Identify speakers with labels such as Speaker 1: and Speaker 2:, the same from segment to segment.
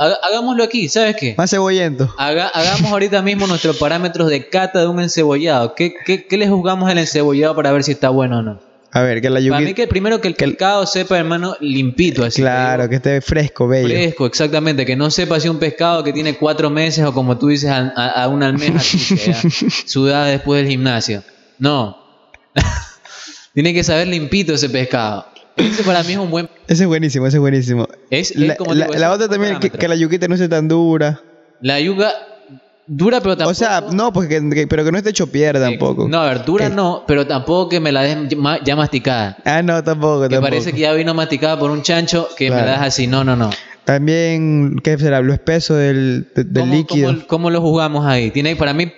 Speaker 1: Haga- hagámoslo aquí, ¿sabes qué?
Speaker 2: Más cebollento.
Speaker 1: Haga- hagamos ahorita mismo nuestros parámetros de cata de un encebollado. ¿Qué, qué, qué le juzgamos al encebollado para ver si está bueno o no?
Speaker 2: A ver, que la
Speaker 1: Para mí
Speaker 2: yuquita.
Speaker 1: que primero que el pescado sepa, hermano, limpito. Así,
Speaker 2: Claro, que esté fresco,
Speaker 1: que
Speaker 2: bello.
Speaker 1: Fresco, exactamente. Que no sepa si un pescado que tiene cuatro meses o como tú dices, a, a- a una almeja sucia, ya, sudada después del gimnasio. No. tiene que saber limpito ese pescado. Ese para mí es un buen...
Speaker 2: Ese es buenísimo, ese es buenísimo.
Speaker 1: Es, es
Speaker 2: La,
Speaker 1: como
Speaker 2: la-
Speaker 1: digo, es
Speaker 2: la
Speaker 1: un
Speaker 2: otra también, que,
Speaker 1: parámetro.
Speaker 2: que la yuquita no esté tan dura.
Speaker 1: La yuca dura, pero tampoco...
Speaker 2: O sea, no, pues que- que- pero que no esté chopier tampoco.
Speaker 1: No, a ver, dura
Speaker 2: Que-
Speaker 1: no, pero tampoco que me la des ma- ya masticada.
Speaker 2: Ah, no, tampoco,
Speaker 1: Que
Speaker 2: tampoco.
Speaker 1: parece que ya vino masticada por un chancho que me
Speaker 2: Claro.
Speaker 1: la das así. No, no, no.
Speaker 2: También, ¿qué será? Lo espeso del, de- del
Speaker 1: ¿Cómo-
Speaker 2: líquido.
Speaker 1: Cómo, cómo lo jugamos ahí? Tiene para mí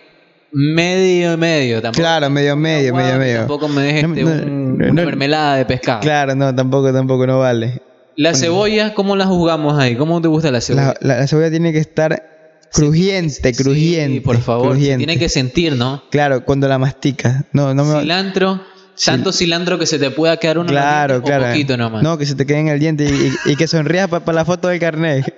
Speaker 1: medio y medio. Tampoco,
Speaker 2: claro, medio, medio,
Speaker 1: Guau,
Speaker 2: medio, medio.
Speaker 1: Tampoco me dejes
Speaker 2: No,
Speaker 1: este,
Speaker 2: no,
Speaker 1: un-
Speaker 2: no,
Speaker 1: una
Speaker 2: no.
Speaker 1: mermelada de pescado.
Speaker 2: Claro, no, tampoco, tampoco, no vale.
Speaker 1: La cebolla, ¿cómo la jugamos ahí? ¿Cómo te gusta la cebolla?
Speaker 2: La, la- la cebolla tiene que estar crujiente,
Speaker 1: Sí,
Speaker 2: crujiente.
Speaker 1: por favor. se
Speaker 2: crujiente.
Speaker 1: Tiene que sentir, ¿no?
Speaker 2: Claro, cuando la masticas. No, no me
Speaker 1: Cilantro, tanto cilantro que se te pueda quedar uno en los
Speaker 2: Claro,
Speaker 1: dientes o
Speaker 2: claro.
Speaker 1: poquito nomás.
Speaker 2: No, que se te quede en el diente y, y- y que sonrías para la foto del carnet.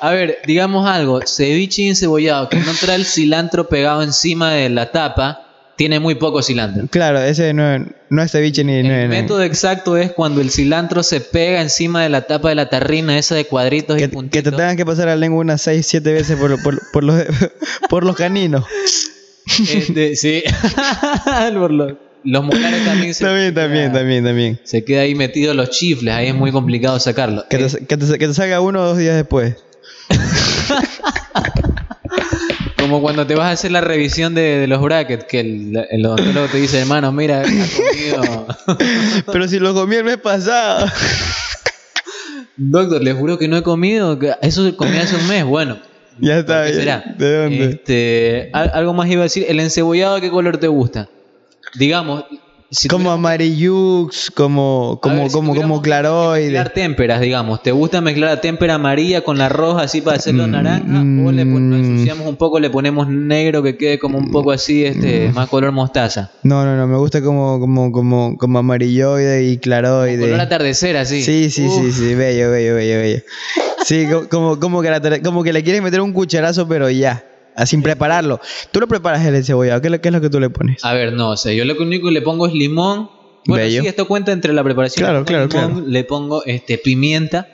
Speaker 1: A ver, digamos algo, ceviche encebollado que no trae el cilantro pegado encima de la tapa, tiene muy poco cilantro.
Speaker 2: claro, ese no, no es ceviche ni. no,
Speaker 1: El
Speaker 2: no.
Speaker 1: método exacto es cuando el cilantro se pega encima de la tapa de la tarrina esa de cuadritos y
Speaker 2: Que, que te
Speaker 1: puntitos.
Speaker 2: tengan que pasar la lengua unas 6, 7 veces por, por, por los, por los caninos.
Speaker 1: Este, sí. El burlón. Los molares también se,
Speaker 2: también, también, también, también.
Speaker 1: se queda ahí metidos los chifles, ahí es muy complicado sacarlo.
Speaker 2: Que te, que te- que te salga uno o dos días después.
Speaker 1: Como cuando te vas a hacer la revisión de, de los brackets, que el, el odontólogo te dice, hermano, mira, ha comido...
Speaker 2: Pero si lo comí el mes pasado.
Speaker 1: Doctor, le juro que no he comido. que Eso comí hace un mes. Bueno,
Speaker 2: ya
Speaker 1: ¿por
Speaker 2: está.
Speaker 1: ¿qué
Speaker 2: ya-
Speaker 1: será? eh,
Speaker 2: ¿De dónde?
Speaker 1: Este, al- algo más iba a decir. ¿El encebollado qué color te gusta? Digamos, si
Speaker 2: como amarillux, como, como,
Speaker 1: ver, si
Speaker 2: como,
Speaker 1: tuviéramos
Speaker 2: como
Speaker 1: que
Speaker 2: claroide.
Speaker 1: mezclar témperas, digamos. ¿Te gusta mezclar la témpera amarilla con la roja así para hacerlo
Speaker 2: Mm,
Speaker 1: naranja? ¿O le pon- lo ensuciamos un poco, le ponemos negro que quede como un poco así,
Speaker 2: Mm.
Speaker 1: este, más color mostaza?
Speaker 2: No, no, no, me gusta como, como, como, como amarilloide y
Speaker 1: Color
Speaker 2: claroide.
Speaker 1: atardecer así.
Speaker 2: Sí, sí,
Speaker 1: Uf,
Speaker 2: sí, sí, bello, bello, bello, bello. Sí, co- como, como, que la tra- como que le quieres meter un cucharazo, pero ya, ah, sin prepararlo. Tú lo preparas el cebollado, ¿qué, es lo- qué es lo que tú le pones?
Speaker 1: A ver, no sé. Yo lo único que le pongo es limón. Bueno,
Speaker 2: Bello.
Speaker 1: sí, esto cuenta entre la preparación.
Speaker 2: Claro,
Speaker 1: Le pongo
Speaker 2: claro,
Speaker 1: limón, Le pongo este, pimienta.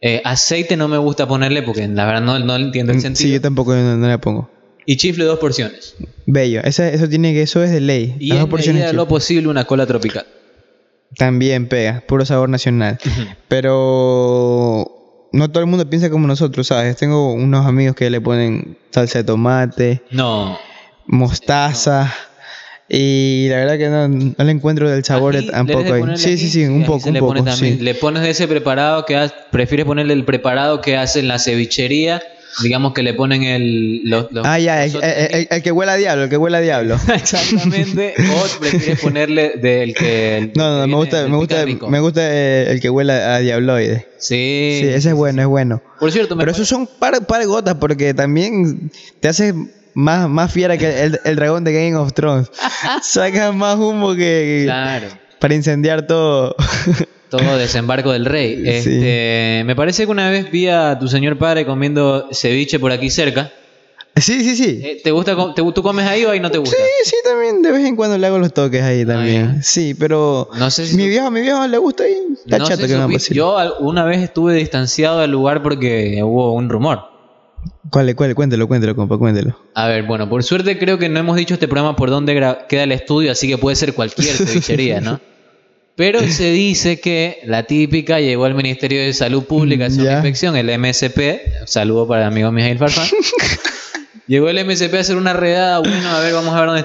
Speaker 1: Eh, aceite no me gusta ponerle porque la verdad no, no le entiendo el
Speaker 2: Mm, Sí,
Speaker 1: sentido.
Speaker 2: yo tampoco no, no le pongo.
Speaker 1: Y chifle dos porciones.
Speaker 2: Bello, esa- eso tiene que, eso es de ley.
Speaker 1: Y
Speaker 2: Las dos
Speaker 1: en
Speaker 2: porciones
Speaker 1: medida de
Speaker 2: chip.
Speaker 1: lo posible una cola tropical.
Speaker 2: También pega, puro sabor nacional. Pero no todo el mundo piensa como nosotros, ¿sabes? Tengo unos amigos que le ponen salsa de tomate,
Speaker 1: No.
Speaker 2: mostaza. Y la verdad que no, no le encuentro del sabor
Speaker 1: Ají, le
Speaker 2: tampoco
Speaker 1: dejas de
Speaker 2: ahí.
Speaker 1: ponerle
Speaker 2: Sí,
Speaker 1: ají,
Speaker 2: sí, sí, un
Speaker 1: ají
Speaker 2: poco,
Speaker 1: se
Speaker 2: un
Speaker 1: le pone
Speaker 2: poco.
Speaker 1: también.
Speaker 2: Sí.
Speaker 1: Le pones de ese preparado que hace, prefieres ponerle el preparado que hacen la cevichería. Digamos que le ponen el. Los, los-
Speaker 2: Ah, ya, el,
Speaker 1: los
Speaker 2: el- el- el que huela a diablo, el que huela a diablo.
Speaker 1: Exactamente. o prefieres ponerle del que. el-
Speaker 2: No, no,
Speaker 1: que
Speaker 2: me
Speaker 1: viene-
Speaker 2: gusta,
Speaker 1: el pica
Speaker 2: me gusta,
Speaker 1: rico.
Speaker 2: me gusta eh, el que huela a diabloide.
Speaker 1: Sí.
Speaker 2: Sí, ese es bueno, es bueno.
Speaker 1: Por cierto, me
Speaker 2: Pero esos son par, par gotas porque también te haces más, más fiera que el, el dragón de Game of Thrones. Sacas más humo que
Speaker 1: Claro.
Speaker 2: para incendiar todo.
Speaker 1: Todo desembarco del rey.
Speaker 2: Sí.
Speaker 1: Este, Me parece que una vez vi a tu señor padre comiendo ceviche por aquí cerca.
Speaker 2: sí, sí, sí.
Speaker 1: Eh, ¿Te gusta? com- te- ¿Tú comes ahí o ahí no te gusta?
Speaker 2: Sí, sí, también de vez en cuando le hago los toques ahí también.
Speaker 1: ya.
Speaker 2: Sí, pero
Speaker 1: No sé si
Speaker 2: mi
Speaker 1: tú-
Speaker 2: viejo, mi viejo le gusta y está
Speaker 1: No
Speaker 2: chato
Speaker 1: sé
Speaker 2: que
Speaker 1: si
Speaker 2: no
Speaker 1: supiste,
Speaker 2: pase.
Speaker 1: Yo al- una vez estuve distanciado del lugar porque hubo un rumor.
Speaker 2: ¿Cuál, es- cuál? es? Cuéntelo, cuéntelo, compa, cuéntelo.
Speaker 1: A ver, bueno, por suerte creo que no hemos dicho este programa por dónde gra- queda el estudio, así que puede ser cualquier cevichería, ¿no? Pero se dice que la típica llegó al Ministerio de Salud Pública a hacer una
Speaker 2: Ya.
Speaker 1: inspección, el MSP, saludo para el amigo Mijail Farfán. llegó el MSP a hacer una redada, bueno, a ver, vamos a ver dónde